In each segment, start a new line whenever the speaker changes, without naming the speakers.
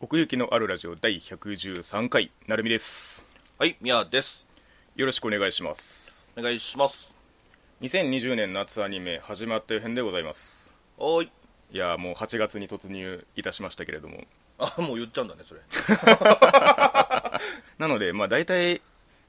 奥行きのあるラジオ第113回なるみです
はい、ミヤです。
よろしくお願いします
お願いします。
2020年夏アニメ始まった編でございます
おーい。
いやーもう8月に突入いたしましたけれども
あ、もう言っちゃうんだね、それ。
なのでまあ大体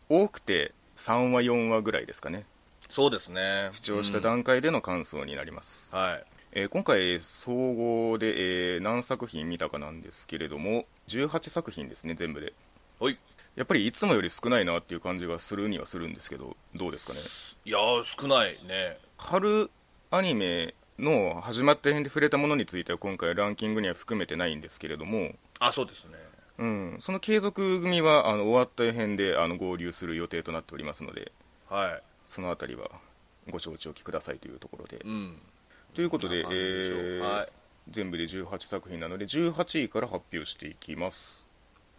多くて3話4話ぐらいですかね
そうですね。
視聴した
うん
段階での感想になります、
はい。
えー今回総合で、えー何作品見たかなんですけれども18作品ですね全部で
おい。
やっぱりいつもより少ないなっていう感じがするにはするんですけどどうですかね
いやー、少ないね。
春アニメの始まった辺で触れたものについては今回ランキングには含めてないんですけれども、
あ、そうですね。
うん、その継続組はあの終わった辺であの合流する予定となっておりますので
は
そのあたりはご承知おきくださいというところで
い。うん。
ということで、え
こんな感じでしょう
ー
はい
全部で18作品なので18位から発表していきます、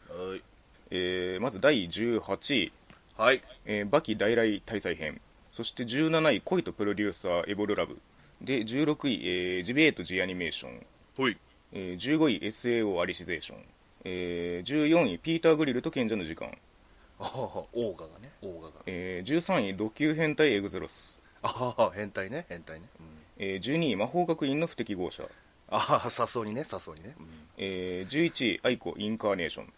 はい。
えーまず第18位
はい。
えーバキ大来大祭編そして17位恋とプロデューサーエボルラブで16位、えージビエート G アニメーション、
ほい。
えー15位 SAO アリシゼーション、えー14位ピーター・グリルと賢者の時間、
あはは、オーガがね。オーガが。
えー13位ド級変態エグゼロス、
あはは、変態ね。変態ね。うん。
えー12位魔法学院の不適合者、
あはは、さそうにね、さそうにね。うん。
えー11位アイコインカーネーション、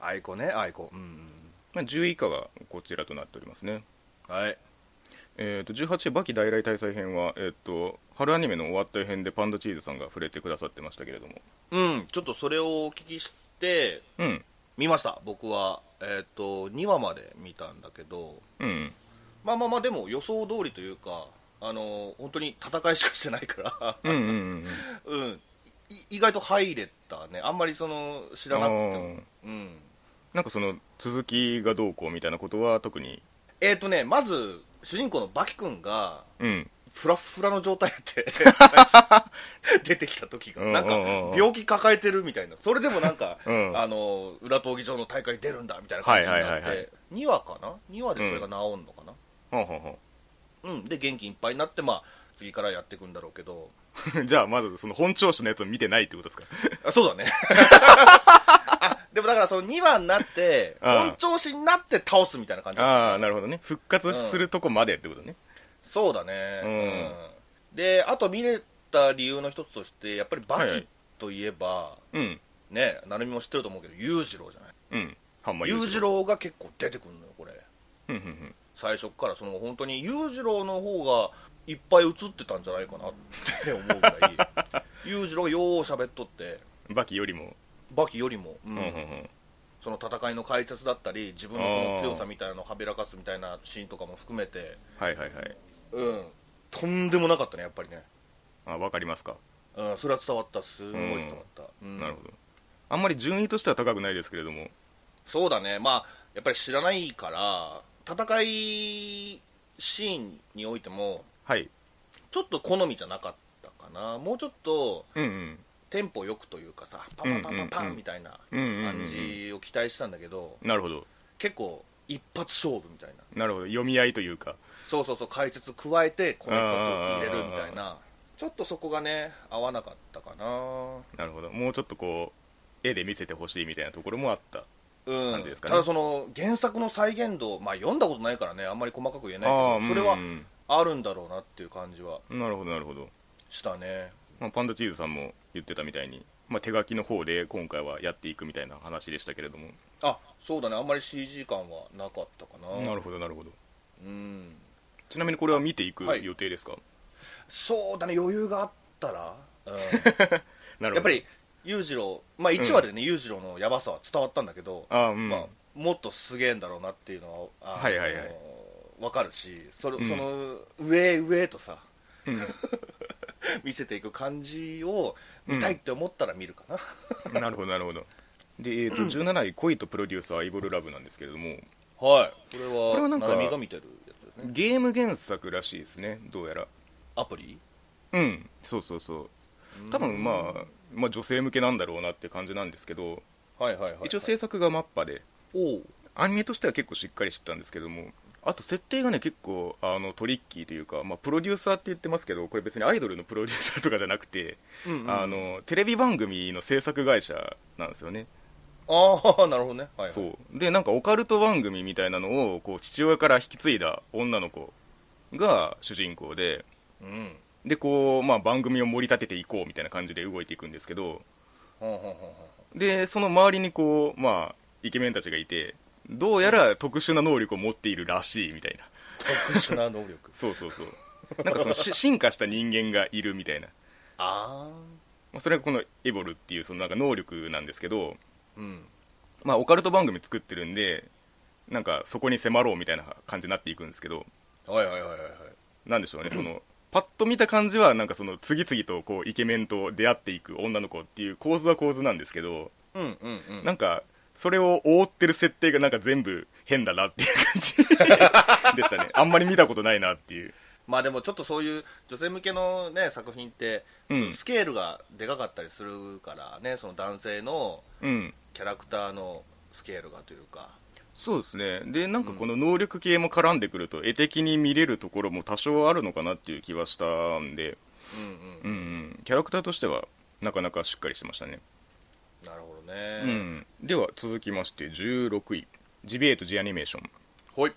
アイコね、アイコ。うん
まあ、10位以下がこちらとなっておりますね
うん。はい。
えー、と18位バキ大来大祭編は、えー、と春アニメの終わった編でパンダチーズさんが触れてくださってましたけれども
うん。ちょっとそれをお聞きして、
うん
見ました。僕は、えっ、と、2話まで見たんだけど、
うん
まあまあまあでも予想通りというかあの本当に戦いしかしてないから
うんうんうん
うんい意外と入れたねあんまりその知らなくても
うん
うん
なんかその続きがどうこうみたいなことは特に
えっ、ー、とねまず主人公のバキ君が
うん
フラッフラの状態やって 出てきた時が
うん
なんか
うんうんうん
病気抱えてるみたいなそれでもなんか、
うん
あの裏闘技場の大会出るんだみたいな感じに
は
ないっ
はいはいはい
て2話かな2話でそれが治んのかな、
はあ、は
うん、で元気いっぱいになってまあ次からやっていくんだろうけど
あは あ、じゃあまずその本調子のやつを見てないってことですか
あそうだね あでもだからその2話になって
ああ
本調子になって倒すみたいな感じ
ああなるほどね復活するとこまでってことね
そうだね
うん
うんであと見れた理由の一つとしてやっぱりバ
はいはい
キといえば、
うん
ね成美も知ってると思うけど裕次郎じゃない
うん半間
裕次郎が結構出てくるのよこれ
うんうんうん
最初からその本当に裕次郎の方がいっぱい映ってたんじゃないかなって思う ぐらい裕次郎がよう喋っとって
バキよりも
バキよりも、
う
うんその戦いの解説だったり自分のその強さみたいなのをはべらかすみたいなシーンとかも含めて、
はいはいはい
うん、とんでもなかったねやっぱりね、
あわかりますか、
うん、それは伝わったすごい伝わった、うん
なるほどあんまり順位としては高くないですけれども
そうだねまあやっぱり知らないから戦いシーンにおいても
はい
ちょっと好みじゃなかったかなもうちょっと
うんうん
テンポよくというかさパンパンパンパン
うんうん
パ
うん
ンみたいな
うんうんうん
感じを期待したんだけど
なるほど
結構一発勝負みたいな
なるほど読み合いというか
そうそうそう解説加えてこの一発を入れるみたいなちょっとそこがね合わなかったかな
なるほどもうちょっとこう絵で見せてほしいみたいなところもあった
う
感
ん
じですかね
ただその原作の再現度まあ読んだことないからねあんまり細かく言えない
ああ
けどそれは
うん
あるんだろうなっていう感じは
うんなるほどなるほど
したね
まあ、パンダチーズさんも言ってたみたいに、まあ、手書きの方で今回はやっていくみたいな話でしたけれども、
あそうだねあんまり CG 感はなかったかな
なるほどなるほど
うん
ちなみにこれは見ていく
はい
予定ですか、
そうだね余裕があったら、 うん
なる
や
ほ
っ
ど
ぱり裕次郎まあ1話でね裕次郎のやばさは伝わったんだけど
ああうん、
まあ、もっとすげえんだろうなっていうのはあの
はいはいはい
わかるしそれ、
うん
その上へ上へとさ
うん
見せていく感じを見たいって思ったら見るかな、
なるほどなるほどで、えー、と17位恋とプロデューサーイボルラブなんですけれども
はいこれは
これはなんか
ななみが見てるやつですね
ゲーム原作らしいですねどうやら
アプリ
うんそうそうそう多分、まあ、まあ女性向けなんだろうなって感じなんですけど
あはいはいはい
一応制作がマッパで
おう
アニメとしては結構しっかりしてたんですけどもあと設定がね結構あのトリッキーというか、まあ、プロデューサーって言ってますけどこれ別にアイドルのプロデューサーとかじゃなくて、
うんうん
あのテレビ番組の制作会社なんですよね
あ あなるほどねはいはい
そうでなんかオカルト番組みたいなのをこう父親から引き継いだ女の子が主人公で
うん
でこう、まあ、番組を盛り立てていこうみたいな感じで動いていくんですけど
ほんほんほん
でその周りにこう、まあ、イケメンたちがいてどうやら特殊な能力を持っているらしいみたいな
特殊な能力
そうそうそうなんかそのし 進化した人間がいるみたいな、
あ
まあ、それがこのエボルっていうそのなんか能力なんですけど、
あうん
まあ、オカルト番組作ってるんでなんかそこに迫ろうみたいな感じになっていくんですけど
はいはいはいはいはい
なんでしょうねそのパッと見た感じはなんかその次々とこうイケメンと出会っていく女の子っていう構図は構図なんですけど
うんうんうん
なんかそれを覆ってる設定がなんか全部変だなっていう感じ でしたねあんまり見たことないなっていう
まあでもちょっとそういう女性向けのね作品って
うん
スケールがでかかったりするからねその男性の
うん
キャラクターのスケールがというか
そうですねでなんかこの能力系も絡んでくると絵的に見れるところも多少あるのかなっていう気はしたんで
うん
う
う
んうんキャラクターとしてはなかなかしっかりしてましたね
んなるほど
う
ね
んでは続きまして16位ジビエとジアニメーション
ほい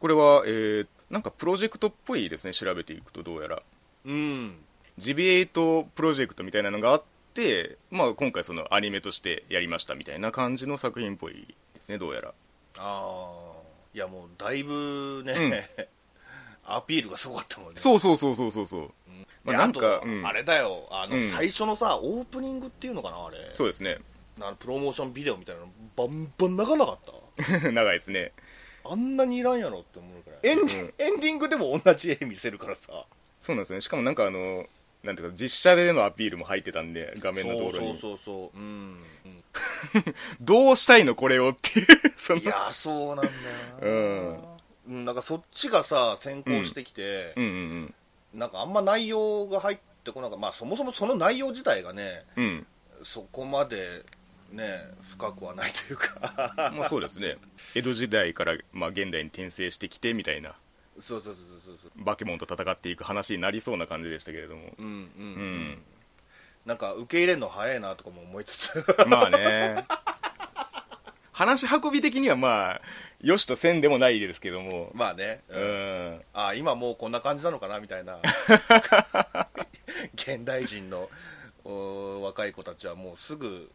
これは、えーなんかプロジェクトっぽいですね調べていくとどうやら
うん
ジビエイトプロジェクトみたいなのがあって、まあ、今回そのアニメとしてやりましたみたいな感じの作品っぽいですねどうやら
ああいやもうだいぶね、 アピールがすごかったもんね
そうそうそうそうそうそう
うん、
まあ
で
なんか
あと
うん
あれだよあの、
うん
最初のさオープニングっていうのかなあれ
そうですね
なんプロモーションビデオみたいなのバンバン流んなかった
長いですね
あんなにいらんやろって思うからいエンディング、エンディングでも同じ絵見せるからさ
そうなんですねしかもなんかあのなんていうか実写でのアピールも入ってたんで画面のところに
そうそうそうそううん、
どうしたいのこれをっていう そ
うん
の
いやーそうなんだよなうん、なんかそっちがさ先行してきて
う、んうん
なんかあんま内容が入ってこなかったまあそもそもその内容自体がね
うんうん
そこまでね深くはないというか
まあそうですね江戸時代から、まあ、現代に転生してきてみたいな
そうそうそうそうそう
化け物と戦っていく話になりそうな感じでしたけれども
うんうんうん、
うん
なんか受け入れるの早いなとかも思いつ つ
まあね話し運び的にはまあよしとせんでもないですけども
まあね、
う、ん
あ今もうこんな感じなのかなみたい な現代人のお若い子たちはもうすぐ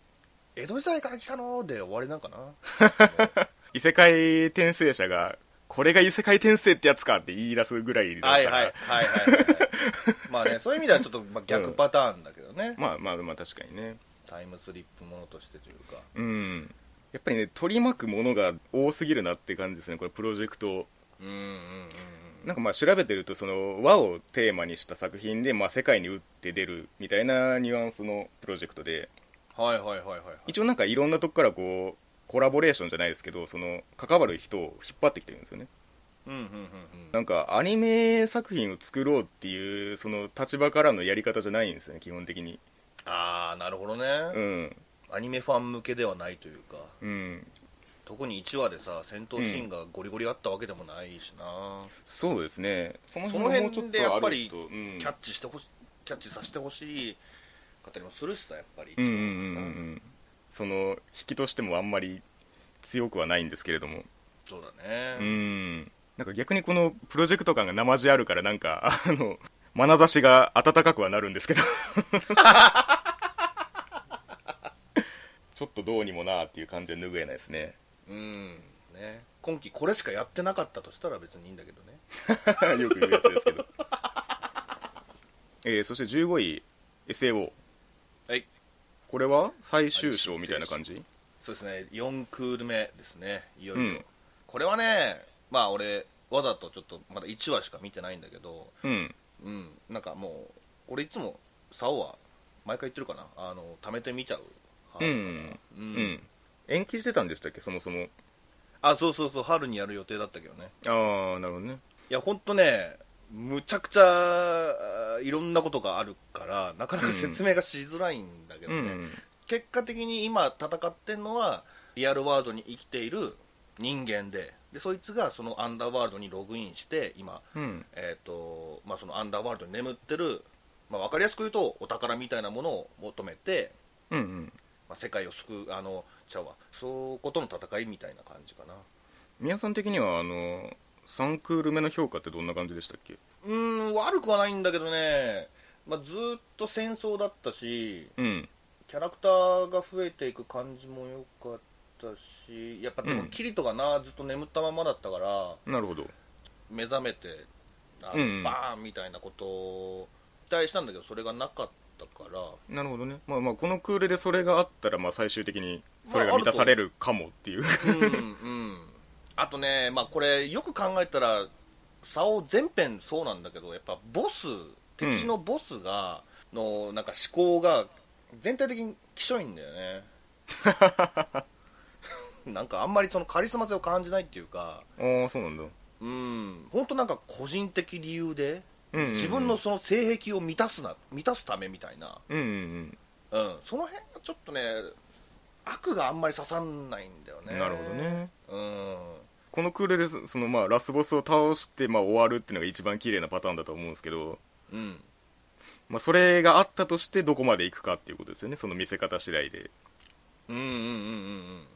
江戸時代から来たので終わりなんかな
異世界転生者がこれが異世界転生ってやつかって言い出すぐらいだから
はいはいはいはいはいはいまあねそういう意味ではちょっとまあ逆パターンだけどね、
まあまあまあ確かにね
タイムスリップものとしてというか
うんやっぱりね取り巻くものが多すぎるなって感じですねこれプロジェクト
うんうんうんうん
なんかまあ調べてるとその和をテーマにした作品でまあ世界に打って出るみたいなニュアンスのプロジェクトで
はいはいはいはいはい
一応なんかいろんなとこからこうコラボレーションじゃないですけどその関わる人を引っ張ってきてるんですよね
うんうんうんう
なんんかアニメ作品を作ろうっていうその立場からのやり方じゃないんですよね基本的に
ああなるほどね、
うん
アニメファン向けではないというか
うん
特に1話でさ戦闘シーンがゴリゴリあったわけでもないしな、
そうですねその辺
その
もうちょっ
辺でやっ
とあ
ぱ
る
り
とうん
キャッチしてほしキャッチさせてほしい方にもするしさやっぱり
うんうんうんうんうんその引きとしてもあんまり強くはないんですけれども
そうだ
う
ね、
んなんか逆にこのプロジェクト感が生地あるからなんか あの眼差しが温かくはなるんですけどちょっとどうにもなーっていう感じは拭えないですね
うんね、今期これしかやってなかったとしたら別にいいんだけどね
よく言うやつですけど、えーそして15位 SAO
はい
これは最終章みたいな感じ
そうですね4クール目ですねいよいよ、
うん
これはねまあ俺わざとちょっとまだ1話しか見てないんだけど
うん
うんなんかもう俺いつも竿は毎回言ってるかなあの貯めてみちゃう
う
派だか
ん、
らう
うん
ん
延期してたんでしたっけそもそも
あそうそうそう春にやる予定だったけどね
ああなるほどね
いや本当ねむちゃくちゃあいろんなことがあるからなかなか説明がしづらいんだけど
う
ね、
ん
結果的に今戦ってるのはリアルワールドに生きている人間ででそいつがそのアンダーワールドにログインして今、
うん
えーとまあ、そのアンダーワールドに眠ってる、まあ、分かりやすく言うとお宝みたいなものを求めて、
うんうん
まあ、世界を救うあのちゃうわそことの戦いみたいな感じかな
宮さん的にはあの3クール目の評価ってどんな感じでしたっけ
うーん悪くはないんだけどね、まあ、ずーっと戦争だったし
うん
キャラクターが増えていく感じも良かったしやっぱで
う
も
ん
キリトがな、ずっと眠ったままだったから
なるほど
目覚めてあ
うんうん
バーンみたいなことを期待したんだけどそれがなかったから
なるほどねまあまあこのクールでそれがあったらまあ最終的にそれが
まああ
満
る
た
と
されるかもっていう
うんうんあとね、まあ、これよく考えたら差を全編そうなんだけどやっぱボス敵のボスが、のなんか思考が全体的にきしょいんだよ ねなんかあんまりそのカリスマ性を感じないっていうか
ああそうなんだ、
うん本当なんか個人的理由で
うんうんうん
自分のその性癖を満たすな満たすためみたいな、
うんうんうん
うん、その辺がちょっとね悪があんまり刺さんないんだよね
なるほどね
うん
このクールでそそのまあラスボスを倒してまあ終わるっていうのが一番綺麗なパターンだと思うんですけど、
うん、
まあ、それがあったとしてどこまで行くかっていうことですよねその見せ方次第で
うんうんうんうんうん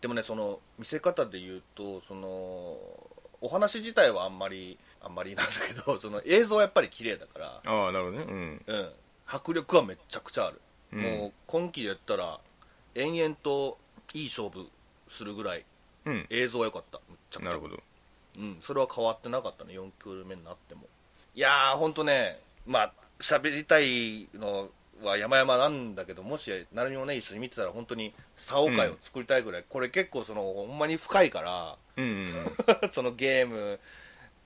でもねその見せ方で言うとそのお話自体はあんまりあんまりなんだけどそ の映像はやっぱり綺麗だか
ああなるほどねうん
ら、うん、迫力はめちゃくちゃある、
うん
もう今期で言ったら延々といい勝負するぐらい
うん
映像は良かっためちゃくちゃ
なるほど
うん、それは変わってなかったね4クール目になってもいやーほんとねまあ喋りたいのは山々なんだけどもし成美もね一緒に見てたら本当に沙尾会を作りたいぐらい、これ結構そのほんまに深いから
うんうん
そのゲーム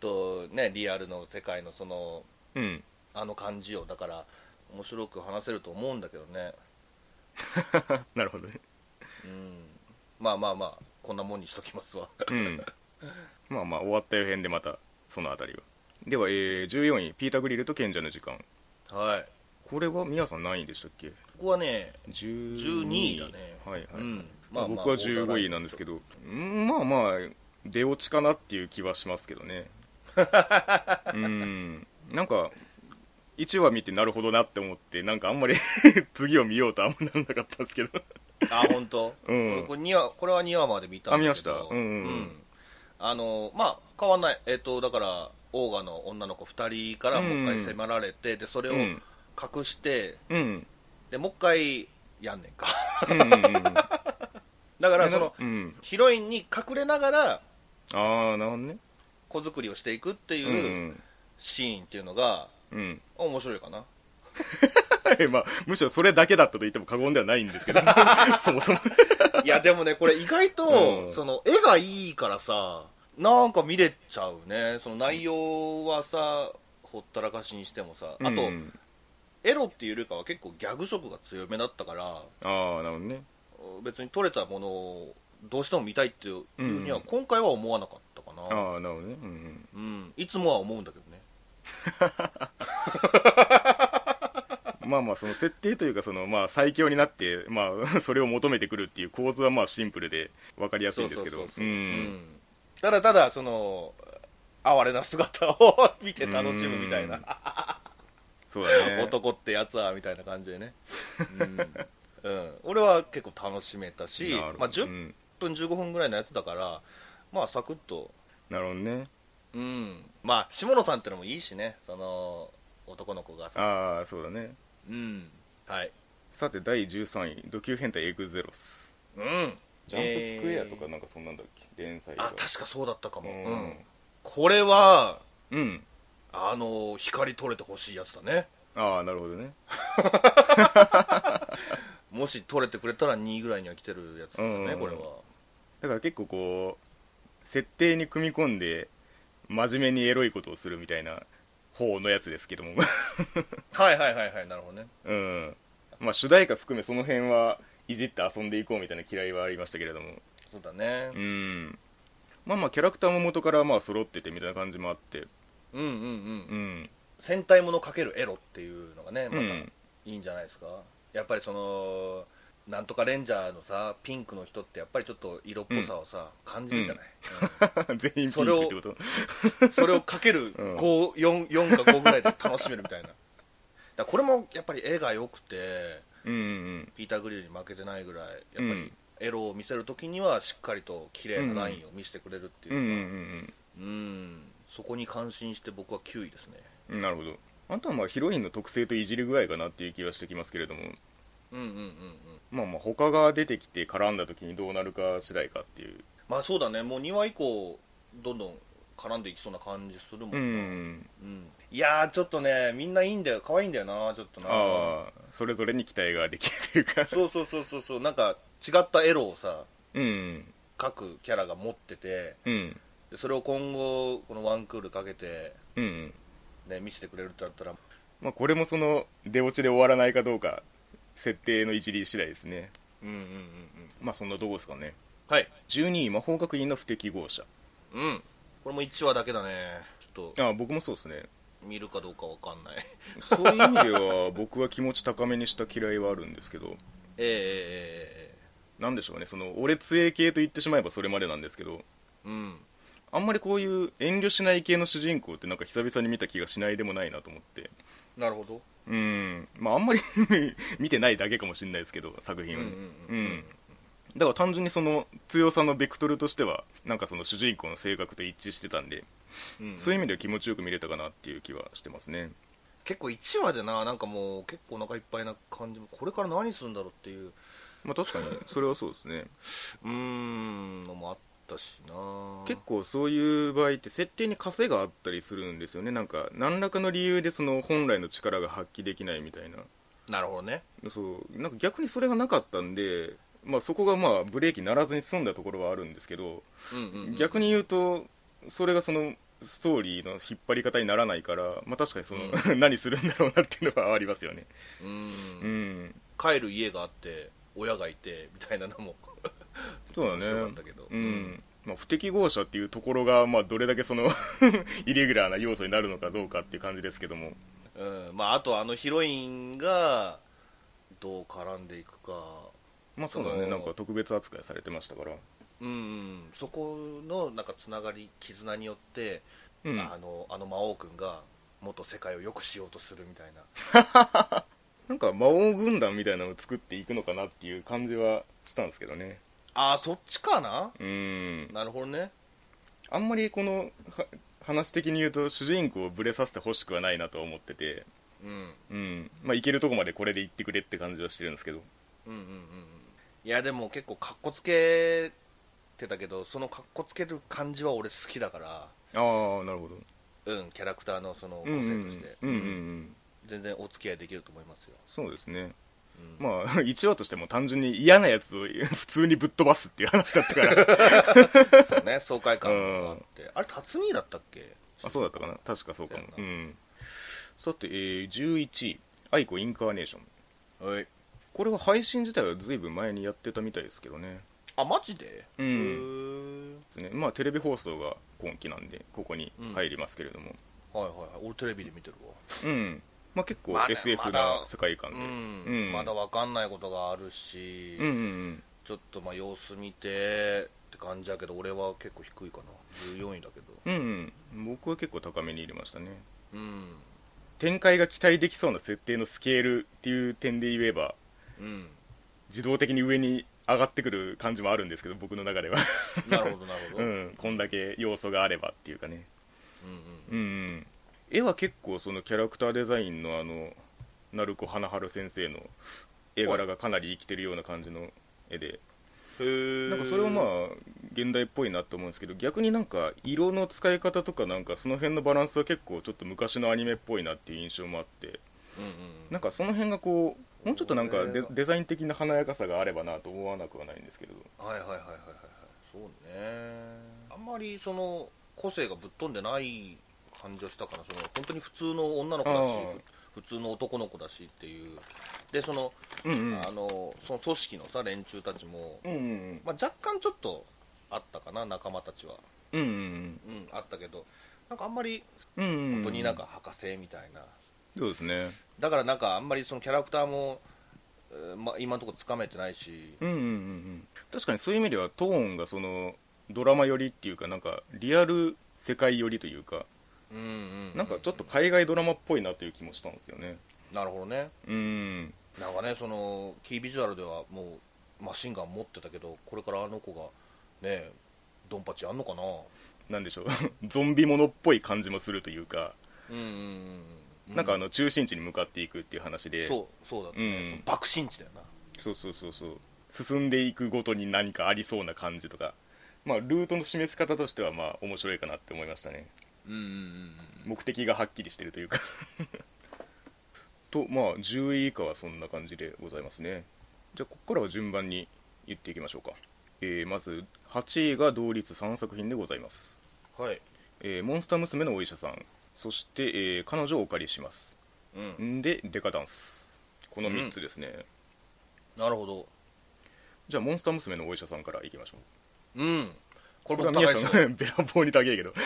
とねリアルの世界のその
うん、 うん、
あの感じをだから面白く話せると思うんだけどね
なるほどね
うんまあまあまあこんなもんにしときますわ
うんまあまあ終わった予編でまたそのあたりはでは、えー、14位ピーター・グリルと賢者の時間
はい
これはミヤさん何位でしたっけ
ここはね
12
12位だね
はいはい、
うん
まあ僕は15位なんですけどうんまあまあ出落ちかなっていう気はしますけど ねうんなんか1話見てなるほどなって思ってなんかあんまり 次を見ようとあんまなんなかったんですけど
あ本当。
うん
これ2話これは2話まで見たんだけど
あ見ましたうんうんうん
あのまあ変わんないえっ、とだからオーガの女の子2人からもう一
う
回
ん
迫られて、でそれを
うん
隠して、
うんうん
でもう一回やんねんか
うんうんうんだか
だからその
うん、
ヒロインに隠れながら
ああなるほどね
子作りをしていくって
うんう
いうんシーンっていうのが
うん
面白 いかな、
まあ、むしろそれだけだったと言っても過言ではないんですけ どそもそも
いやでもねこれ意外と、
うん
その絵がいいからさなんか見れちゃうねその内容はさほったらかしにしてもさあと、
うん
エロっていうよりかは結構ギャグ色が強めだったから
ああなるほどね
別に撮れたものをどうしても見たいっていうには
うん
今回は思わなかったかな、うん
ああなるほどねうんうん
いつもは思うんだけどね
まあまあその設定というかそのまあ最強になってまあ それを求めてくるっていう構図はまあシンプルで分かりやすいんですけどう
うん
ん
ただただその哀れな姿を見て楽しむみたいな、
そうだ ね
男ってやつはみたいな感 じでね、うんうん俺は結構楽しめたし
なるほ、ど
まあ、
う
10
ん
分15分ぐらいのやつだからまあサクッと
なるほどね
うん、まあ下野さんってのもいいしねその男の子がさ
ああそうだね
うんはい
さて第13位「ド級変態エグゼロス
うん」
ジャンプスクエアとかなんかそんなんだっけ連載
あ確かそうだったかも、うん
うん
これは
うん
あの光取れてほしいやつだね
ああなるほどね
もし取れてくれたら2位ぐらいには来てるやつだね、
うん
これは
だから結構こう設定に組み込んで真面目にエロいことをするみたいな方のやつですけども
はいはいはいはいなるほどね
うんまあ、主題歌含めその辺はいじって遊んでいこうみたいな嫌いはありましたけれども
そうだね
う、んまあまあキャラクターも元からまあ揃っててみたいな感じもあって
うん、うんうんう
うんん
戦隊ものかけるエロっていうのがねまた
う
い
ん
いんじゃないですか、やっぱりそのなんとかレンジャーのさピンクの人ってやっぱりちょっと色っぽさをさ、感じるじゃない、うん
全員ピ
そ
ン
れ
ク
を
ってこと
それをかける
うん
5 4, 4か5ぐらいで楽しめるみたいなだからこれもやっぱり絵が良くて
うんうん
ピーター・グリルに負けてないぐらいやっぱ
う
り
ん
エロを見せる時にはしっかりと綺麗なラインを見せてくれるって
うんう
いう、
んうん
うんそこに感心して僕は9位ですね
うんなるほどあとはまあヒロインの特性といじり具合かなっていう気はしてきますけれども
うんうんうんうん
まあまあ他が出てきて絡んだ時にどうなるか次第かっていう
まあそうだねもう2話以降どんどん絡んでいきそうな感じするもん
う
な、
んうんうん
うんいやーちょっとねみんないいんだよ可愛いんだよなちょっとな
ああそれぞれに期待ができるというか
そうそうそうそうそうなんか違ったエロをさ
うん
各キャラが持ってて
うん
でそれを今後このワンクールかけて、
うんうん
ね、見せてくれるってなったら
まあこれもその出落ちで終わらないかどうか設定のいじり次第ですね
うんうんうんうん
まあそんなとこですかね
はい
12位魔法学院の不適合者
うんこれも1話だけだねちょっと
ああ僕もそうですね
見るかどうかわかんない
そういう意味では僕は気持ち高めにした嫌いはあるんですけど
えええええ
なんでしょうねその俺杖系と言ってしまえばそれまでなんですけど
えうん
あんまりこういう遠慮しない系の主人公ってなんか久々に見た気がしないでもないなと思って
なるほど
うんまああんまり 見てないだけかもしれないですけど作
う
品
ん
を
う
ね、
ん
うんだから単純にその強さのベクトルとしてはなんかその主人公の性格と一致してたんで、
うんうん
そういう意味では気持ちよく見れたかなっていう気はしてますね
結構1話でななんかもう結構お腹いっぱいな感じもこれから何するんだろうっていう
まあ確かにそれはそうですね
うーんのもあったしな
結構 そういう場合って設定に枷があったりするんですよねなんか何らかの理由でその本来の力が発揮できないみたいな
なるほどね
そうなんか逆にそれがなかったんで、まあ、そこがまあブレーキならずに済んだところはあるんですけど、
うんうん、うん、
逆に言うとそれがそのストーリーの引っ張り方にならないから、まあ、確かにその、 何するんだろうなっていうのはありますよね
う
うんん
帰る家があって親がいてみたいなのも
そうだね
面白かったけど
うんまあ、不適合者っていうところが、まあ、どれだけその イレギュラーな要素になるのかどうかっていう感じですけども
うんまあ、あとあのヒロインがどう絡んでいくか
まあそうだ
そ
ねな
の
んか特別扱いされてましたから
うん、うん、そこのなんかつながり絆によって、
うん
あのあの魔王君がもっと世界を良くしようとするみたいな
なんか魔王軍団みたいなのを作っていくのかなっていう感じはしたんですけどね
ああそっちかな
うん
なるほどね
あんまりこのは話的に言うと主人公をブレさせてほしくはないなとは思ってて
うん
うんまあいけるとこまでこれで行ってくれって感じはしてるんですけど
うんうんうんうんいやでも結構かっこつけてたけどそのかっこつける感じは俺好きだから
ああなるほど
うんキャラクターのその個
うんうん
性として、
うんうんうん
全然お付き合いできると思いますよ、
そうですね
うん
まあ1 話としても単純に嫌なやつを 普通にぶっ飛ばすっていう話だったから
そう ね爽快感があって、あれ辰兄だったっけ
あそうだったかな確かそうかもうんさて、えー、11位アイコインカーネーション
はい
これは配信自体はずいぶん前にやってたみたいですけどね
あマジで
う
うんん
ですねまあテレビ放送が今期なんでここに入りますけれども
はいはいはい俺テレビで見てるわ
うん、まあ結構
まだ
SF
まだ
な世界観
う
で、
ん、
うん
まだ分かんないことがあるし、
うんうんうん
ちょっとまあ様子見てって感じやけど俺は結構低いかな14位だけど
うんうん僕は結構高めに入れましたね
うん
展開が期待できそうな設定のスケールっていう点で言えば
うん
自動的に上に上がってくる感じもあるんですけど僕の中では
なるほどなるほ
う
ど、うん、うん
んこんだけ要素があればっていうかねうんうん絵は結構そのキャラクターデザインのあの鳴子花春先生の絵柄がかなり生きてるような感じの絵で
へえ
なんかそれはまあ
あ
現代っぽいなと思うんですけど逆になんか色の使い方とかなんかその辺のバランスは結構ちょっと昔のアニメっぽいなっていう印象もあって
うんうん
なんかその辺がこうもうちょっとなんか
これ
デ
は
デザイン的な華やかさがあればなと思わなくはないんですけど
はいはいはいはいはいはいそうねあんまりその個性がぶっ飛んでない感じはしたからその本当に普通の女の子だし
ああ
ふ普通の男の子だしっていうでその,、
うんうん
あのその組織のさ連中たちも、
うんうん
まあ、若干ちょっとあったかな仲間たちは
うんうん
うんあったけどなんかあんまり
うんうん
本当になんか博士みたいな、
そうですね
だからなんかあんまりそのキャラクターも、えーまあ、今のところつかめてないし
うんうんうんうん確かにそういう意味ではトーンがそのドラマ寄りっていうかなんかリアル世界寄りというか
うんうんう
なんかちょっと海外ドラマっぽいなという気もしたんですよね
なるほどね
うん
なんかねそのキービジュアルではもうマシンガン持ってたけどこれからあの子がねドンパチやんのかな
なんでしょう ゾンビものっぽい感じもするというか、
うんうんうんう
なんかあの中心地に向かっていくっていう話で
そうそうだったね、
うん
爆心地だよな
そうそうそうそう進んでいくごとに何かありそうな感じとかまあルートの示す方としてはまあ面白いかなって思いましたね
うんうんうん
目的がはっきりしてるというか とまあ10位以下はそんな感じでございますねじゃあここからは順番に言っていきましょうか、えーまず8位が同率3作品でございます、
はい
えーモンスター娘のお医者さんそして、えー彼女をお借りします
うん
んでデカダンスこの3つですね、
なるほど
じゃあモンスター娘のお医者さんからいきましょう
うんこ
これ
れ僕
は
高
宮
い
さん
ですよ、
がべらぼうに高いけど
うん、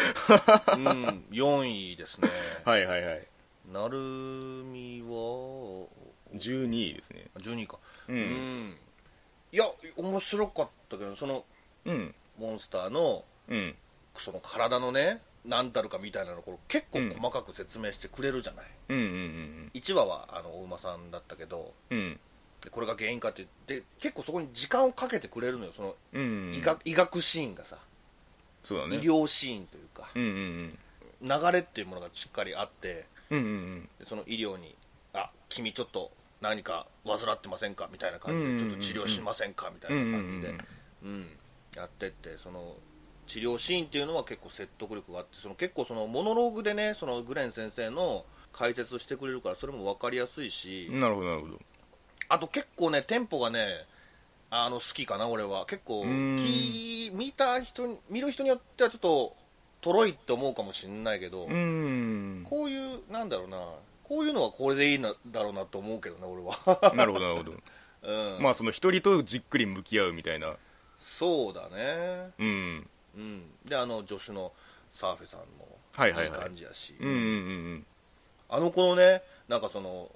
4位ですね
はいはいはい
なるみは
12位ですね
12位か
う
うんいや面白かったけどその
うん
モンスターの
うん
その体のね何たるかみたいなのこれ結構細かく説明してくれるじゃない、
うんうんうん
1話はあのお馬さんだったけど
うん
でこれが原因かってで結構そこに時間をかけてくれるのよその
うんうん
医学,、医学シーンがさ、
そうだね
医療シーンというか
うんうん
流れっていうものがしっかりあって
うんうんうん
でその医療に「あ君ちょっと何か患ってませんか?」みたいな感じ
うん
で、
うんうんうん
ちょっと治療しませんか?」みたい
うん
な
うん
感じで、うんやってってその治療シーンっていうのは結構説得力があってその結構そのモノローグでねそのグレン先生の解説してくれるからそれも分かりやすいし、
うんなるほどなるほど
あと結構ねテンポがねあの好きかな俺は結構
うん
き見た人に見る人によってはちょっととろいって思うかもしれないけど、
うん
こういうなんだろうなこういうのはこれでいいんだろうなと思うけどね 俺は、
なるほどなるほど
うん
まあその一人とじっくり向き合うみたいな
そうだね
うん
うん、であの助手のサーフェさんも
はいはい
いい
はい
感じやし、
うんうんうん
あの子のねなんかその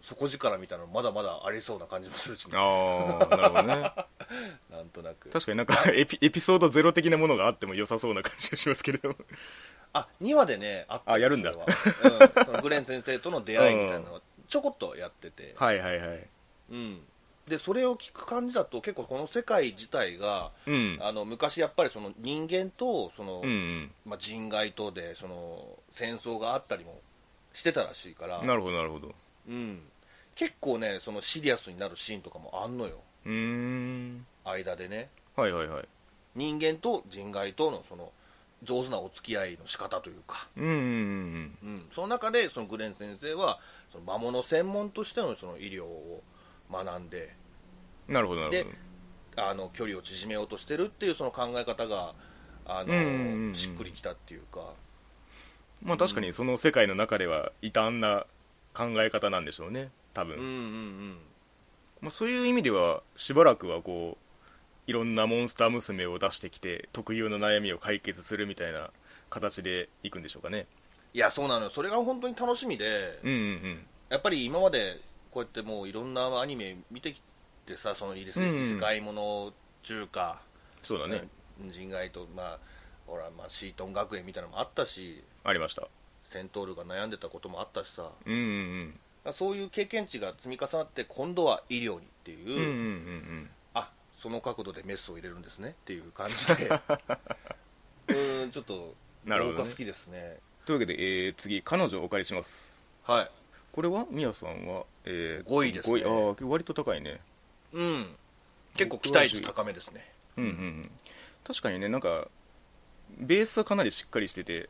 底力みたいなのまだまだありそうな感じもするし
うん
ね
ああなるほど ね
なんとなく
確かになんかエピエピソードゼロ的なものがあっても良さそうな感じがしますけれども
あ2話でねあった
あやるんだ
それはうん、そのグレン先生との出会いみたいなのはちょこっとやってて、
はいはいはい
うん、でそれを聞く感じだと結構この世界自体が
うん
あの昔やっぱりその人間とその、
うんうん
まあ、人外とでその戦争があったりもしてたらしいから
なるほどなるほど
うん、結構ねそのシリアスになるシーンとかもあんのよ
うーん
間でね
はいはいはい
人間と人外とのその上手なお付き合いの仕方というか、
うんうんうん
うん、その中でそのグレン先生はその魔物専門としてのその医療を学んで
うんなるほどなる
で
ほど
あの距離を縮めようとしてるっていうその考え方があの、
うんうんうん
しっくりきたっていうか
まあ確かにその世界の中では異端な考え方なんでしょうね多
う
分
んうんうん
まあ、そういう意味ではしばらくはこういろんなモンスター娘を出してきて特有の悩みを解決するみたいな形でいくんでしょうかね
いやそうなのよそれが本当に楽しみで
うんうん
やっぱり今までこうやってもういろんなアニメ見てきてさそのイリス・
うんうん
世界もの中華、
そうだね、
人外と、まあ、ほらまあシートン学園みたいなのもあったし
ありました
戦闘力が悩んでたこともあったしさ
うんうん
そういう経験値が積み重なって今度は医療にっていう、
うんうんうんうん
あその角度でメスを入れるんですねっていう感じ でうーんちょっと
なるほどね
僕は好きですね
というわけで、えー次彼女をお借りします
はい
これはみやさんは、えー、
五位ですね
五位ああ割と高いね
うん結構期待値高めですね
うんうんうん確かにねなんかベースはかなりしっかりしてて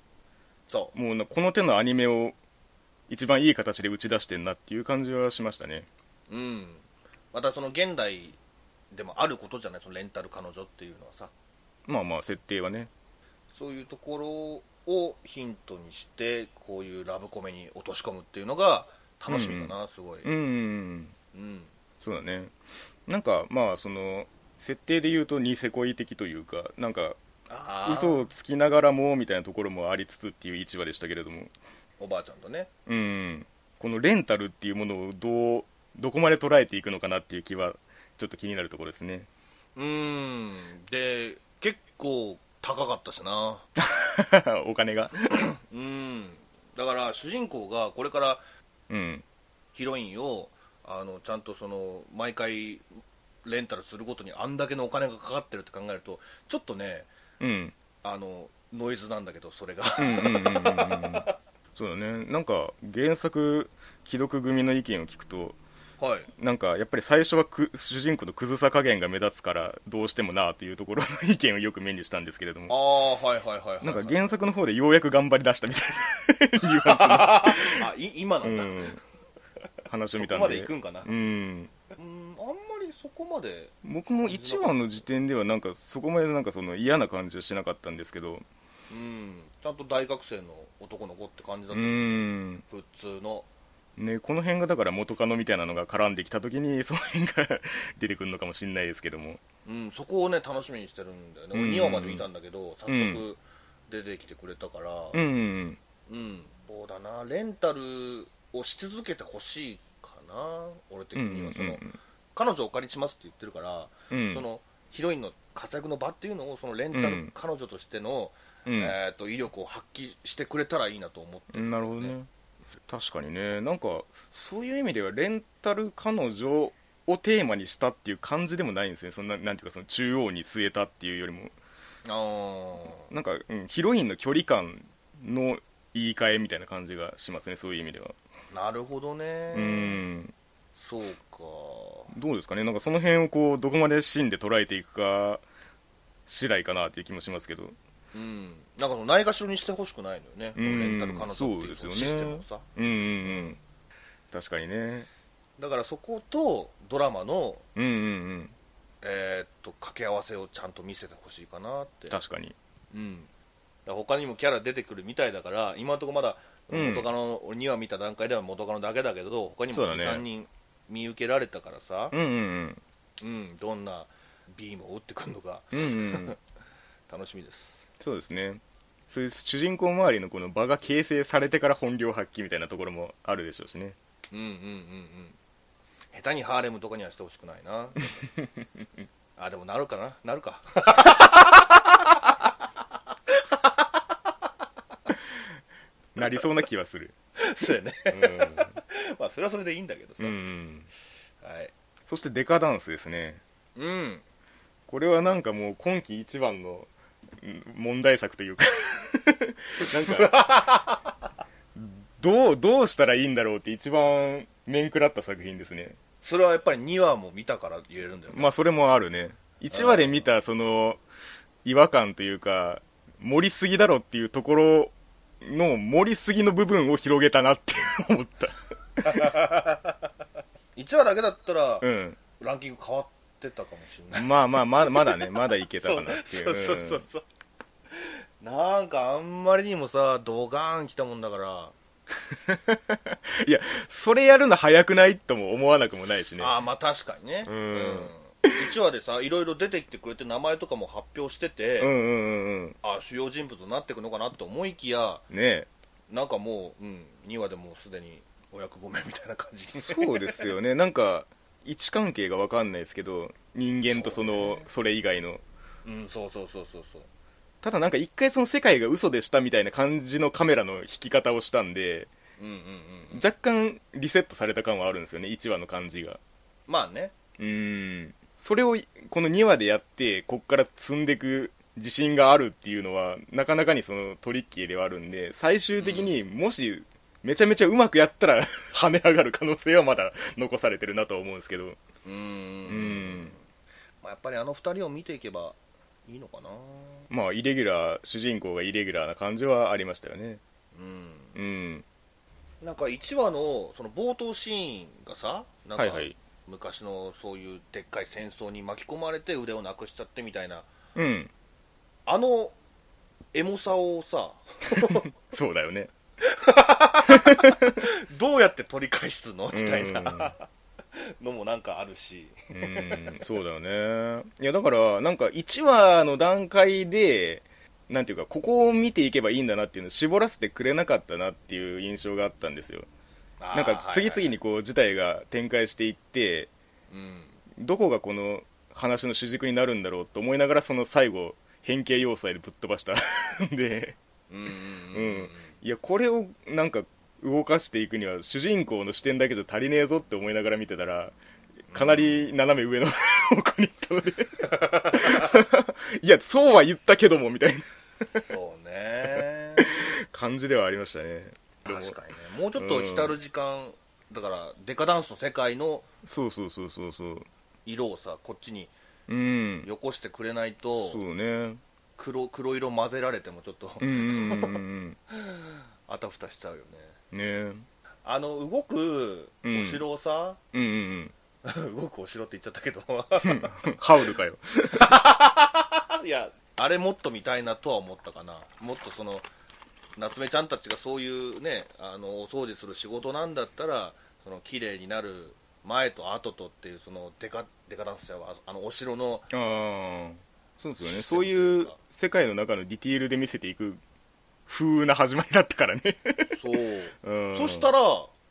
そう
もうなこの手のアニメを一番いい形で打ち出してんなっていう感じはしましたね
うん、またその現代でもあることじゃないそのレンタル彼女っていうのはさ
まあまあ設定はね
そういうところをヒントにしてこういうラブコメに落とし込むっていうのが楽しみかな、すごい、
うんうんうん
うん、
そうだねなんかまあその設定で言うとニセ恋的というかなんか
ああ
嘘をつきながらもみたいなところもありつつっていう一話でしたけれども
おばあちゃんとね
うんうんこのレンタルっていうものをどうどこまで捉えていくのかなっていう気はちょっと気になるところですね
うんで結構高かったしな
お金が
うんだから主人公がこれから
うん
ヒロインをあのちゃんとその毎回レンタルすることにあんだけのお金がかかってるって考えるとちょっとね
うん
あのノイズなんだけどそれ が
うんうんうんうんうんうんそうだねなんか原作既読組の意見を聞くと
はい
なんかやっぱり最初はく主人公のクズさ加減が目立つからどうしてもなあというところの意見をよく目にしたんですけれど
あ
も
あはいはいはいはい
なんか原作の方でようやく頑張り出したみたいなニュアンス
あい今 なんだ、
うん、話を
そ
見た
こ
ん
ま
で
で行くんかな、
うん、
うん、あんまりそこまで
僕も1話の時点ではなんかそこまでなんかその嫌な感じはしなかったんですけど
うんちゃんと大学生の男の子って感じだ
う
った、
ん、
普通の
ね、この辺がだから元カノみたいなのが絡んできた時に その辺が出てくるのかもしれないですけども
うん、そこをね楽しみにしてるんだよね、
うん
俺2話まで見たんだけど早
うん
速出てきてくれたから
うんうん
うん、そうだなレンタルをし続けてほしいかな俺的
うん
にはそ
う
の、
ん
彼女をお借りしますって言ってるから、
うん
そのヒロインの活躍の場っていうのをそのレンタル、
うん
彼女としての、
うん
えー、と威力を発揮してくれたらいいなと思って
うんなるほどね確かにねなんかそういう意味ではレンタル彼女をテーマにしたっていう感じでもないんですねそんななんていうかその中央に据えたっていうよりも
あー
なんか、うん、ヒロインの距離感の言い換えみたいな感じがしますねそういう意味では
なるほどね、
うん
そうか
どうですかねなんかその辺をこうどこまで芯で捉えていくか次第かなっていう気もしますけど
うんなんかそのないがしろにしてほしくないのよね、
うん
レンタル彼女って
そう
い
で
う
すよね
システムをさ、
うんうんうん確かにね
だからそことドラマの
うんうんうん
えーっと掛け合わせをちゃんと見せてほしいかなって、
確かに
うん、だから他にもキャラ出てくるみたいだから今のところまだ
うん
元カノ、俺2話見た段階では元カノだけだけど他にも
そうだね
23人見受けられたからさ
うんうん
う、ん、どんなビームを打ってくるのか
うんうんうんうん
楽しみです
そうですねそういう主人公周りのこの場が形成されてから本領発揮みたいなところもあるでしょうしね
うんうんうんうん下手にハーレムとかにはしてほしくな いなあでもなるかななるか
なりそうな気はする
そうやね
う
まあそれはそれでいいんだけどさ、
ん、うんうん、
はい
そしてデカダンスですね
うん
これはなんかもう今季一番のうん問題作と いうかなんかどうどうしたらいいんだろうって一番面食らった作品ですね
それはやっぱり2話も見たから言えるんだよね、
まあそれもあるね1話で見たその違和感というか盛りすぎだろっていうところの盛りすぎの部分を広げたなって 思った
1話だけだったら、
うん
ランキング変わってたかもしれない
まあまあまだまだねまだいけたかなっていう
そうそうそうそうなんかあんまりにもさドガーン来たもんだから、
うんいやそれやるの早くないとも思わなくもないしね
ああまあ確かにね
うん
1話でさいろいろ出てきてくれて名前とかも発表してて、
うんうんうんうん
ああ主要人物になってくのかなって思いきや
ねえ
なんかもう、うん、2話でもうすでにお役御免みたいな感じに
そうですよねなんか位置関係が分かんないですけど人間とそのそ,、れ以外の
うんそうそうそうそうそう
ただなんか一回その世界が嘘でしたみたいな感じのカメラの引き方をしたんで
うんうんうんうん
若干リセットされた感はあるんですよね1話の感じが
まあね
うーんそれをこの2話でやってこっから積んでいく自信があるっていうのはなかなかにそのトリッキーではあるんで最終的にもしめちゃめちゃうまくやったら跳ね上がる可能性はまだ残されてるなとは思うんですけど
う
う
ん
ん
まあ、やっぱりあの2人を見ていけばいいのかな
まあイレギュラー主人公がイレギュラーな感じはありましたよね
うん
うん
なんか1話のその冒頭シーンがさなんか
はいはい
昔のそういうでっかい戦争に巻き込まれて腕をなくしちゃってみたいな
うん
あのエモさをさ
そうだよね
どうやって取り返すのみたい
うん
なのもなんかあるし
うんそうだよねいやだからなんか1話の段階でなんていうかここを見ていけばいいんだなっていうのを絞らせてくれなかったなっていう印象があったんですよ
な
なんか次々
に、
にこう事態が展開していって
うん、
どこがこの話の主軸になるんだろうと思いながらその最後変形要塞でぶっ飛ばしたんで
うんうん
うんいやこれをなんか動かしていくには主人公の視点だけじゃ足りねえぞって思いながら見てたらかなり斜め上の方向に行ったのでいやそうは言ったけどもみたいな
そうね
感じではありましたね でも
確かにねもうちょっと浸る時間、だからデカダンスの世界の
そうそうそうそうそう
色をさこっちに
うん
よこしてくれない
そ
と
うね
黒黒色混ぜられてもちょっと
うんうんうんうん
あたふたしちゃうよね
うんね
あの動くお城をさ、
うんうん
動くお城って言っちゃったけ ど
うんハウルかよ
いやあれもっと見たいなとは思ったかなもっとその夏目ちゃんたちがそういうねあのお掃除する仕事なんだったらその綺麗になる前と後とっていうそのデカデカダンスちゃうわあのお城の
ああそうですよね
システム
そういう
というか
世界の中のディティールで見せていく風な始まりだったからね、
そう、
うん、
そしたら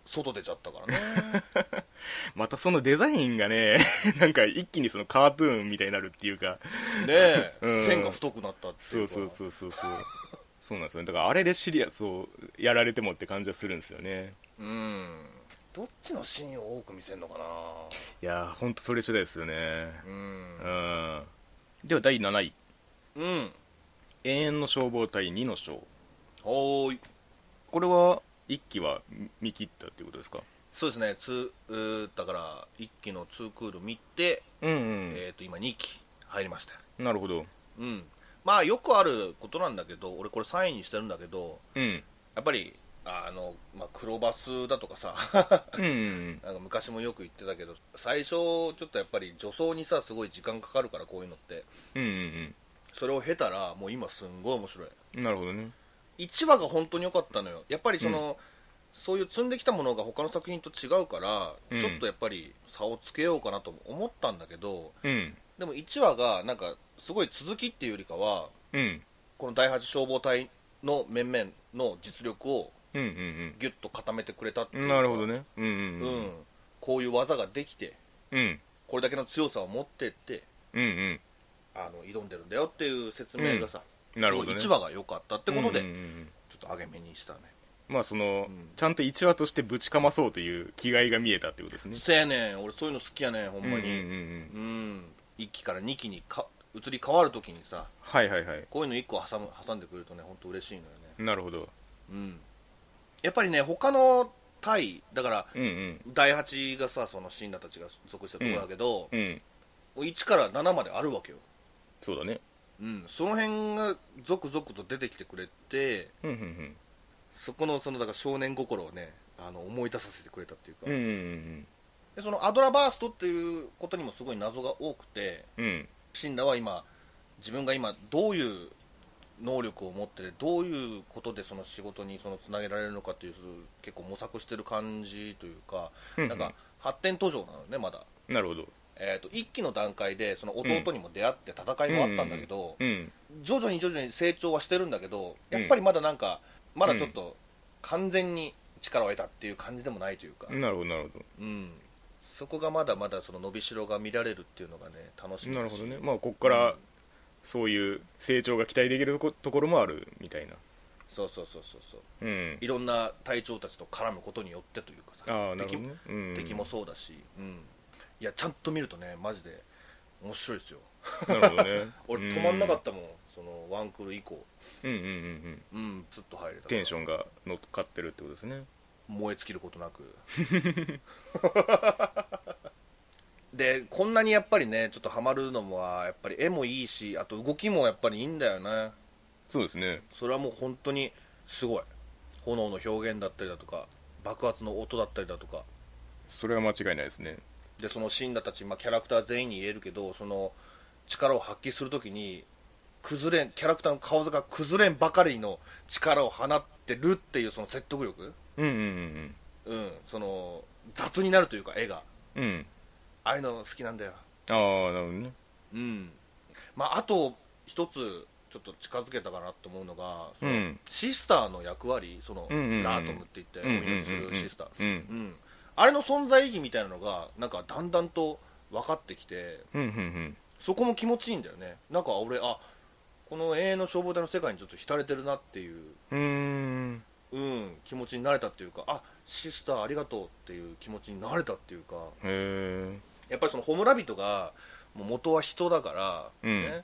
外出ちゃったからね
またそのデザインがね なんか一気にそのカートゥーンみたいになるっていうか
ねえ、
うん
線が太くなったってい
そう
うか
そうそうそうそうそうなんですよねだからあれでシリアスをやられてもって感じはするんですよね
うんどっちのシーンを多く見せるのか
いやーほんとそれ次第ですよね
なう、
うんんでは第7位
うん、
「永遠の消防隊2の章
はーい」
これは一期は見切ったっていうことですか
そうですねツーうーだから1期の2クール見て、
うん
えっ、と今2期入りましたよ
うんなるほど
うんまあよくあることなんだけど俺これ3位にしてるんだけど
うん
やっぱりあの、まあ、黒バスだとかさ
うんうん
なんか昔もよく言ってたけど最初ちょっとやっぱり助走にさすごい時間かかるからこういうのって
うんうん
それを経たらもう今すんごい面白い
うんなるほどね
1話が本当に良かったのよやっぱりその、そういう積んできたものが他の作品と違うから、
うん
ちょっとやっぱり差をつけようかなと思ったんだけど
うん
でも1話がなんかすごい続きっていうよりかは
うん
この第8消防隊の面々の実力を
うんうん
ギュッと固めてくれたって
う
いうんか
なるほどねうん
う、
うんんうん
こういう技ができて
うん
これだけの強さを持ってって
うんうん
あの挑んでるんだよっていう説明がさ、
なるほどね
1話が良かったってことで、
うんうんうん
ちょっと上げ目にしたね
まあその、
うん
ちゃんと1話としてぶちかまそうという気概が見えたってことですね
せやねん俺そういうの好きやねんほんまに、
うんうんうん、
うん、1期から2期にか移り変わるときにさ
はいはいはい
こういうの1個挟む挟んでくれるとね本当嬉しいのよね、
なるほど
うん、やっぱりね他の対だから
うんうん
第8がさそのシンナたちが属したところだけど、
うん
1から7まであるわけよ、
そうだね
うん、その辺が続々と出てきてくれて
うんうん
そこのそのだから少年心をねあの思い出させてくれたっていうか、
うんうんうん
でそのアドラバーストっていうことにもすごい謎が多くて、
うんうん
シンラは今自分が今どういう能力を持っててどういうことでその仕事にそのつなげられるのかっていう結構模索してる感じというか
うん
なんか発展途上なのねまだ、
なるほど
えー、と1期の段階でその弟にも出会って戦いもあったんだけど
うん
徐々に徐々に成長はしてるんだけどやっぱりまだなんかまだちょっと完全に力を得たっていう感じでもないというか、
なるほどなるほ
うん、そこがまだまだその伸びしろが見られるっていうのがね楽し
ど
みだし
なるほどねまあこっからそういう成長が期待できるとこところもあるみたいな
そうそうそうそうそう
うん
いろんな隊長たちと絡むことによってというかさ
ああなるほどね、うん、
敵敵もそうだし、うん、いやちゃんと見るとねマジで面白いですよ
なるほど ね
俺止まんなかったもん、そのワンクール以降
たうんうんうんうん
うんずっと入れた
テンショ
ン
ンが乗っかってるってことですね
燃え尽きることなく でこんなにやっぱりねちょっとハマるのもはやっぱり絵もいいしあと動きもやっぱりいいんだよね
そうですね
それはもう本当にすごい炎の表現だったりだとか爆発の音だったりだとか
それは間違いないですね
でそのシンダたち、まあ、キャラクター全員に言えるけどその力を発揮するときに崩れんキャラクターの顔が崩れんばかりの力を放ってるっていうその説得力、
うんうん
うん、その雑になるというか絵が
うんうんうん
ああいうの好きなんだよ、
ああなるほどね
うんまあ、あと一つちょっと近づけたかなと思うのがその、
うん
シスターの役割その、
うんうんうん
ラートムって言って
うんうん
翻訳
うんうん
するシスター、
うん
うん、あれの存在意義みたいなのがなんかだんだんと分かってきて
うんうん
そこも気持ちいいんだよねなんか俺あこの永遠の消防隊の世界にちょっと浸れてるなっていう、
うんうーん
うん、気持ちになれたっていうかあシスターありがとうっていう気持ちになれたっていうか
へえ
やっぱりそのホムラビトがもう元は人だから、
うん
ね、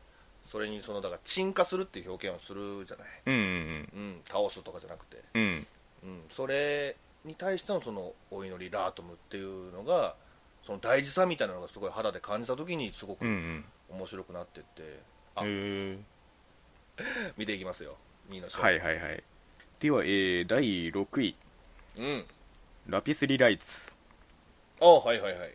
それにそのだから沈下するっていう表現をするじゃない、
うんうん
うん、倒すとかじゃなくて、
うんうん
うん、それに対してのそのお祈りラートムっていうのがその大事さみたいなのがすごい肌で感じた時にすご
うんう
く
ん
面白くなってって、
へ
あ
ー
見ていきますよ2の章
はいはいはいでは、えー、第6位
うん
ラピスリライツ
あはいはいはい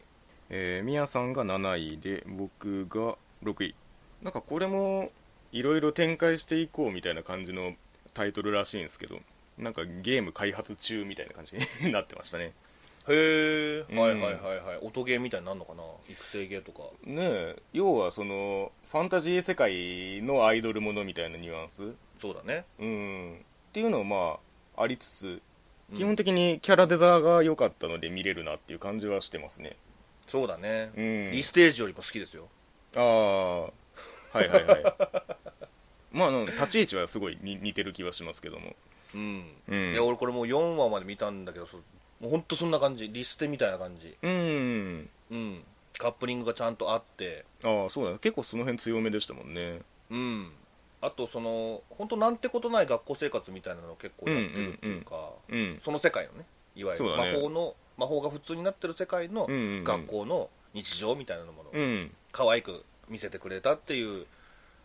えー、みやさんが7位で僕が6位なんかこれもいろいろ展開していこうみたいな感じのタイトルらしいんですけどなんかゲーム開発中みたいな感じになってましたね
へ
う
え、
ん
はいはいはいはい音ゲーみたいになるのかな育成ゲーとか
ねえ要はそのファンタジー世界のアイドルものみたいなニュアンス
そうだね
うんっていうのをまあありつつ
うん
基本的にキャラデザが良かったので見れるなっていう感じはしてますね
そうだね、
うん
リステージよりも好きですよ
ああはいはいはい まああの立ち位置はすごいに似てる気はしますけども
うん、
うん
いや俺これもう4話まで見たんだけどそもうほんとそんな感じリステみたいな感じ
うん
うんカップリングがちゃんとあって
ああそうだね結構その辺強めでしたもんね
うんあとその本当なんてことない学校生活みたいなのを結構やってるっていうか、
うん
その世界のねいわゆる
そうだね
魔法の魔法が普通になってる世界の
うんうんうん
学校の日常みたいなものを
うん
可愛く見せてくれたっていう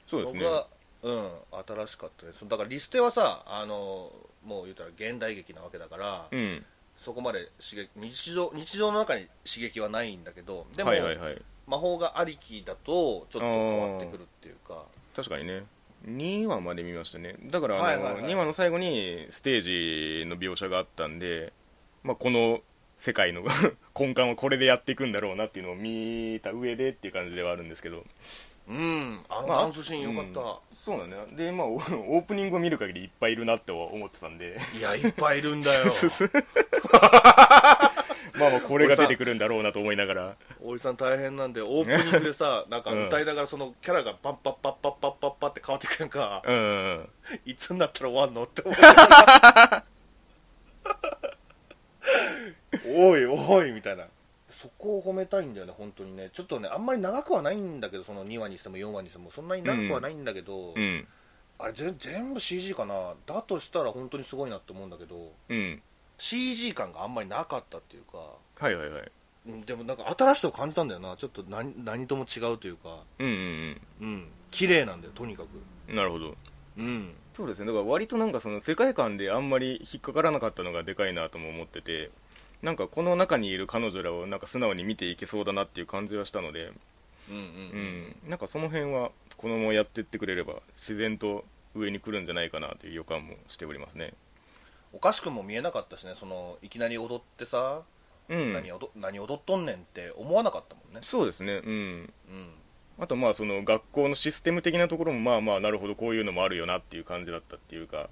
そうです
の
ね
がうん新しかったですだからリステはさあのもう言うたら現代劇なわけだから、
うん
そこまで刺激日常日常の中に刺激はないんだけどでも、
はいはいはい
魔法がありきだとちょっと変わってくるっていうか
確かにね2話まで見ましたねだからあの、
はいはいはい
2話の最後にステージの描写があったんで、まあ、この世界の 根幹はこれでやっていくんだろうなっていうのを見た上でっていう感じではあるんですけど
うんあの
まあ
ダンスシーンよかった、
そうなんだよでまあお オープニングを見る限りいっぱいいるなって思ってたんで
いや、いっぱいいるんだよ。
まあまあこれが出てくるんだろうなと思いながら
おじさん大変なんで、オープニングでさ、なんか歌いながら、そのキャラがパッパッパッパッパッパッパって変わってくるんか、
うんうん
いつになったら終わんのって思う。おいおいみたいな。そこを褒めたいんだよね、本当にね。ちょっとね、あんまり長くはないんだけど、その2話にしても4話にしても、そんなに長くはないんだけど、
うん
あれぜ全部 CG かな。だとしたら本当にすごいなって思うんだけど、
うん
CG 感があんまりなかったっていうか、
はいはいはい
うんでもなんか新しさを感じたんだよなちょっと何何とも違うというか
うんうん
うん綺麗なんだよとにかく
うんなるほど
うん
そうですねだから割となんかその世界観であんまり引っかからなかったのがでかいなとも思っててなんかこの中にいる彼女らをなんか素直に見ていけそうだなっていう感じはしたので
うんうん
うんなんかその辺はこのままやってってくれれば自然と上に来るんじゃないかなという予感もしておりますね
おかしくも見えなかったしねそのいきなり踊ってさ、
うん
何踊何踊っとんねんって思わなかったもんね
そうですねうん
うん
あとまあその学校のシステム的なところもまあまあなるほどこういうのもあるよなっていう感じだったっていうか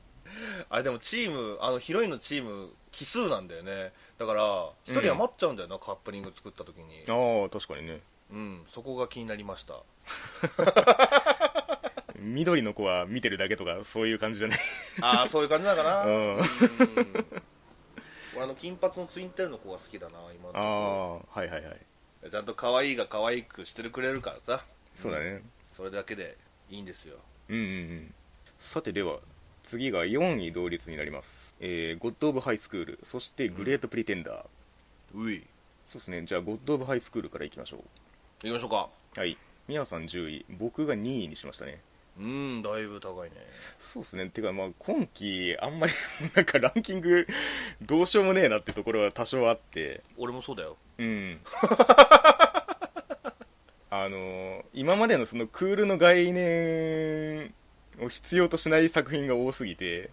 あれでもチームあのヒロインのチーム奇数なんだよねだから1人余っちゃうんだよな、カップリング作った時に
ああ確かにね
うんそこが気になりました
緑の子は見てるだけとかそういう感じじゃない
ああそういう感じなのかな
う
うん
ん
俺あの金髪のツインテールの子が好きだな今のとこ
あ
ろ
あはいはいはい
ちゃんと可愛いが可愛くしてくれるからさ
そうだね
それだけでいいんですよ
うんうんうんさてでは次が4位同率になります、えー、ゴッド・オブ・ハイスクールそしてグレート・プリテンダー、
うい
そうですねじゃあゴッド・オブ・ハイスクールからいきましょ
行きましょうか
うはいみやさん10位僕が2位にしましたね
うんだいぶ高いね
そうですねてかまあ今期あんまりなんかランキングどうしようもねえなってところは多少あって
俺もそうだよ
うん あのー今までのそのクールの概念を必要としない作品が多すぎて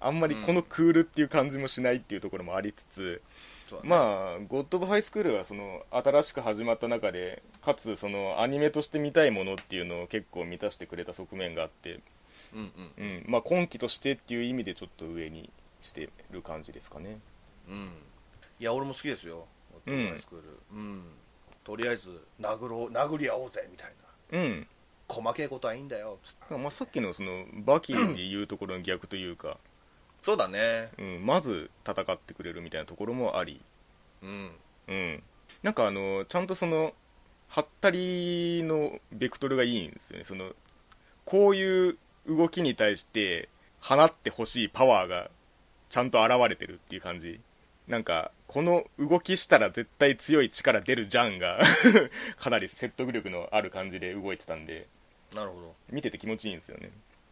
あんまりこのクールっていう感じもしないっていうところもありつつ、
そうだね
まあ「ゴッド・オブ・ハイスクール」はその新しく始まった中でかつそのアニメとして見たいものっていうのを結構満たしてくれた側面があって、
うんう
う
ん
んまあ、今期としてっていう意味でちょっと上にしてる感じですかね
うんいや俺も好きですよ
うん
ハイスクールうんとりあえず殴ろう殴り合おうぜみたいな
うん
細けいことはいいんだよつって
まあさっきのそのバキーに言うところの逆というか、
そうだね
うん、まず戦ってくれるみたいなところもあり、
うん
うん、なんかあのちゃんとそのハッタリのベクトルがいいんですよねそのこういう動きに対して放ってほしいパワーがちゃんと現れてるっていう感じなんかこの動きしたら絶対強い力出るじゃんが かなり説得力のある感じで動いてたんで
なるほど
見てて気持ちいいんですよね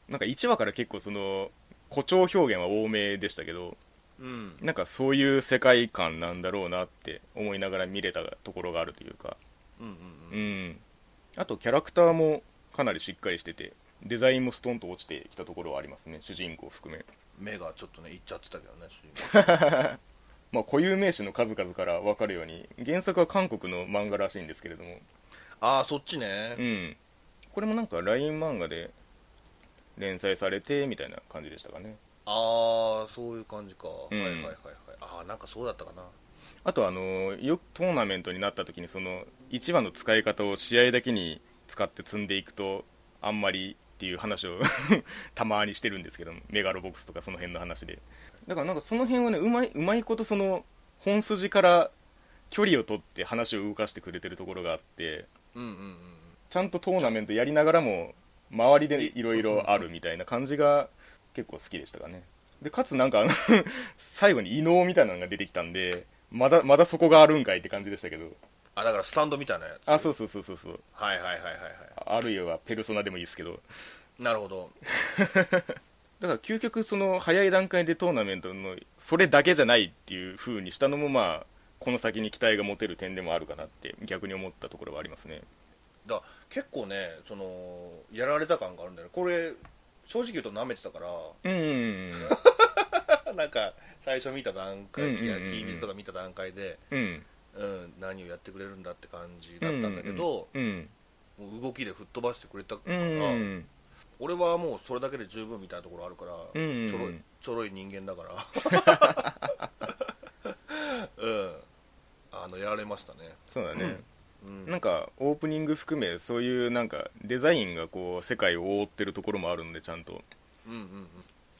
なんか1話から結構その誇張表現は多めでしたけど
うん
なんかそういう世界観なんだろうなって思いながら見れたところがあるというか
うん
う
うん
んあとキャラクターもかなりしっかりしててデザインもストンと落ちてきたところはありますね主人公含め
目がちょっとねいっちゃってたけどね主人公
まあ固有名詞の数々から分かるように原作は韓国の漫画らしいんですけれども
ああそっちね
うんこれもなんか LINE 漫画で連載されてみたいな感じでしたかね
ああそういう感じか、
うん
はいはいはいはいああなんかそうだったかな
あとあのよくトーナメントになった時にその1話の使い方を試合だけに使って積んでいくとあんまりっていう話を たまにしてるんですけどもメガロボックスとかその辺の話でだからなんかその辺はねうまいうまいことその本筋から距離を取って話を動かしてくれてるところがあって
うんうんうん
ちゃんとトーナメントやりながらも周りでいろいろあるみたいな感じが結構好きでしたかねでかつなんかあの 最後に異能みたいなのが出てきたんでまだまだそこがあるんかいって感じでしたけど
あだからスタンドみたいなやつ
あそうそうそうそうそう
はいはいはいはいは
あるいはペルソナでもいいですけど
いなるほど
だから究極その早い段階でトーナメントのそれだけじゃないっていう風にしたのもまあこの先に期待が持てる点でもあるかなって逆に思ったところはありますね
だ結構ねそのやられた感があるんだよねこれ正直言うと舐めてたから
うんうんうん
なんか最初見た段階、
うんうんうんうん
いやキービズとか見た段階で、
うんうん
うん、何をやってくれるんだって感じだったんだけど、
うん
もう動きで吹っ飛ばしてくれたか
う
ら、
んうん
俺はもうそれだけで十分みたいなところあるから、
うんうんうん
ちょろいちょろい人間だから うんあのやられましたね、
そうだね、
うん、
なんかオープニング含めそういうなんかデザインがこう世界を覆ってるところもあるんでちゃんと
うんうんうん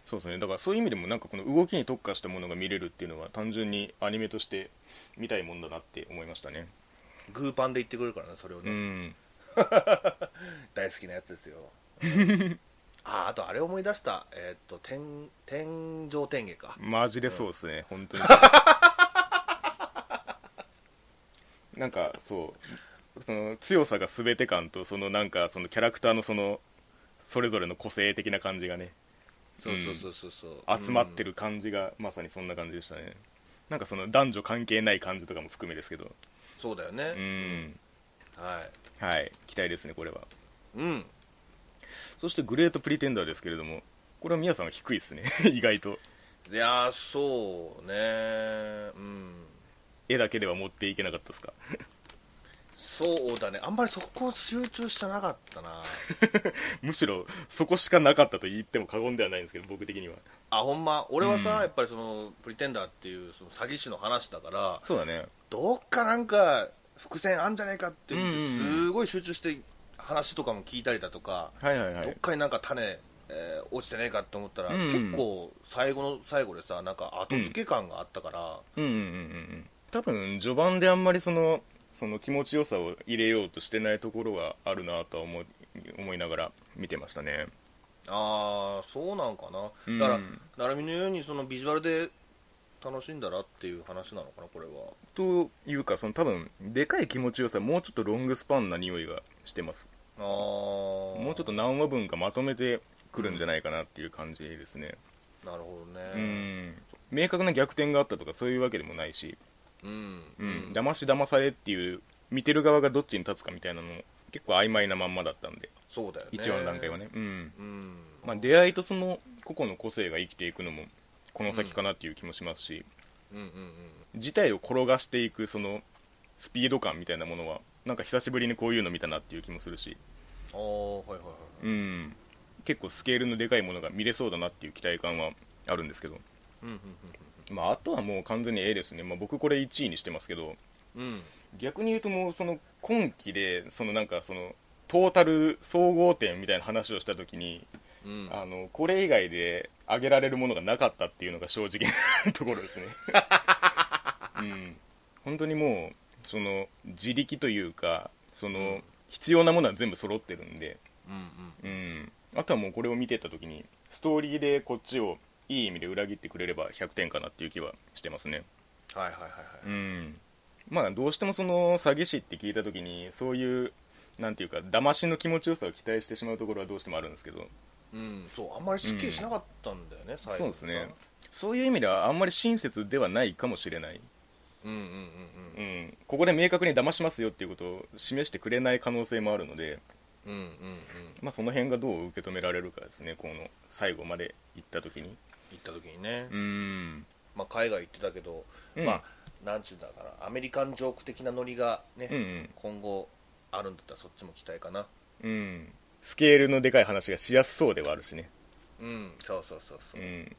そうですねだからそういう意味でもなんかこの動きに特化したものが見れるっていうのは単純にアニメとして見たいもんだなって思いましたね
グーパンで言ってくれるからねそれを
う
ね、
ん
大好きなやつです よああとあれ思い出したえーっと天天上天下か
マジでそうですね、本当に なんかそうその強さが全て感とそのなんかそのキャラクターのそのそれぞれの個性的な感じがね
そうそうそうそうそう
集まって
る、
る感じが、まさにそんな感じでしたねなんかその男女関係ない感じとかも含めですけど
うんそうだよ
う
ね、
ん
はい
はい期待ですねこれは
うん
そしてグレートプリテンダーですけれどもこれは皆さんは低いですね 意外と
いやーそうねうん
絵だけでは持っていけなかったですか
そうだねあんまりそこ集中してなかっ たな
むしろそこしかなかったと言っても過言ではないんですけど僕的には
あほんま俺はさ、
うん
やっぱりそのプリテンダーっていうその詐欺師の話だから
そうだね
どっかなんか伏線あんじゃねえかっていう
うんうんうん
すごい集中して話とかも聞いたりだとか、
はいはいは
どっかになんか種、えー落ちてねえかと思ったら、
うんうん
結構最後の最後でさなんか後付け感があったから、
うんうんうんうん多分序盤であんまりそのその気持ちよさを入れようとしてないところがあるなとは思い思いながら見てましたね
ああそうなんかな、
うん
だから成美のようにそのビジュアルで楽しんだらっていう話なのかなこれは
というかその多分でかい気持ちよさもうちょっとロングスパンな匂いがしてます
あー
もうちょっと何話分かまとめてくるんじゃないかなっていう感じですね
なるほど
うん
ね
明確な逆転があったとかそういうわけでもないし、
うんうん、
うん騙し騙されっていう見てる側がどっちに立つかみたいなのも結構曖昧なまんまだったんで
そうだよね
一話の段階はねうん、
うん
まあ、出会いとその個々の個性が生きていくのもこの先かなっていう気もしますし、
うんうんうん
事態を転がしていくそのスピード感みたいなものはなんか久しぶりにこういうの見たなっていう気もするし
ああはいはいはい
うん結構スケールのでかいものが見れそうだなっていう期待感はあるんですけど、
うんうん
まあ、あとはもう完全に A ですね、まあ、僕これ1位にしてますけど
うんうん
逆に言うともうその今期でそのなんかそのトータル総合点みたいな話をした時に
うん
あのこれ以外で挙げられるものがなかったっていうのが正直な ところですねうん本当にもうその自力というかその、
うん
必要なものは全部揃ってるんで、
うんうん
うん、あとはもうこれを見てた時にストーリーでこっちをいい意味で裏切ってくれれば100点かなっていう気はしてますね
はいはいはいはい、
うんまあどうしてもその詐欺師って聞いた時にそういうなんていうか騙しの気持ちよさを期待してしまうところはどうしてもあるんですけど
うん、そうあんまりすっきりしなかったんだよね、最後
そうですねそういう意味ではあんまり親切ではないかもしれない、
うんうんうん
う
うん
ん、ここで明確に騙しますよっていうことを示してくれない可能性もあるので、
うんうんうん
まあ、その辺がどう受け止められるかですねこの最後まで行った時に
行った時にね、
うん、
まあ、海外行ってたけど、
うん
まあなんちゅうんだからアメリカンジョーク的なノリがね、
うんうん
今後あるんだったらそっちも期待かな
うん、スケールのでかい話がしやすそうではあるしね、
うんそうそうそうそうう、
ん、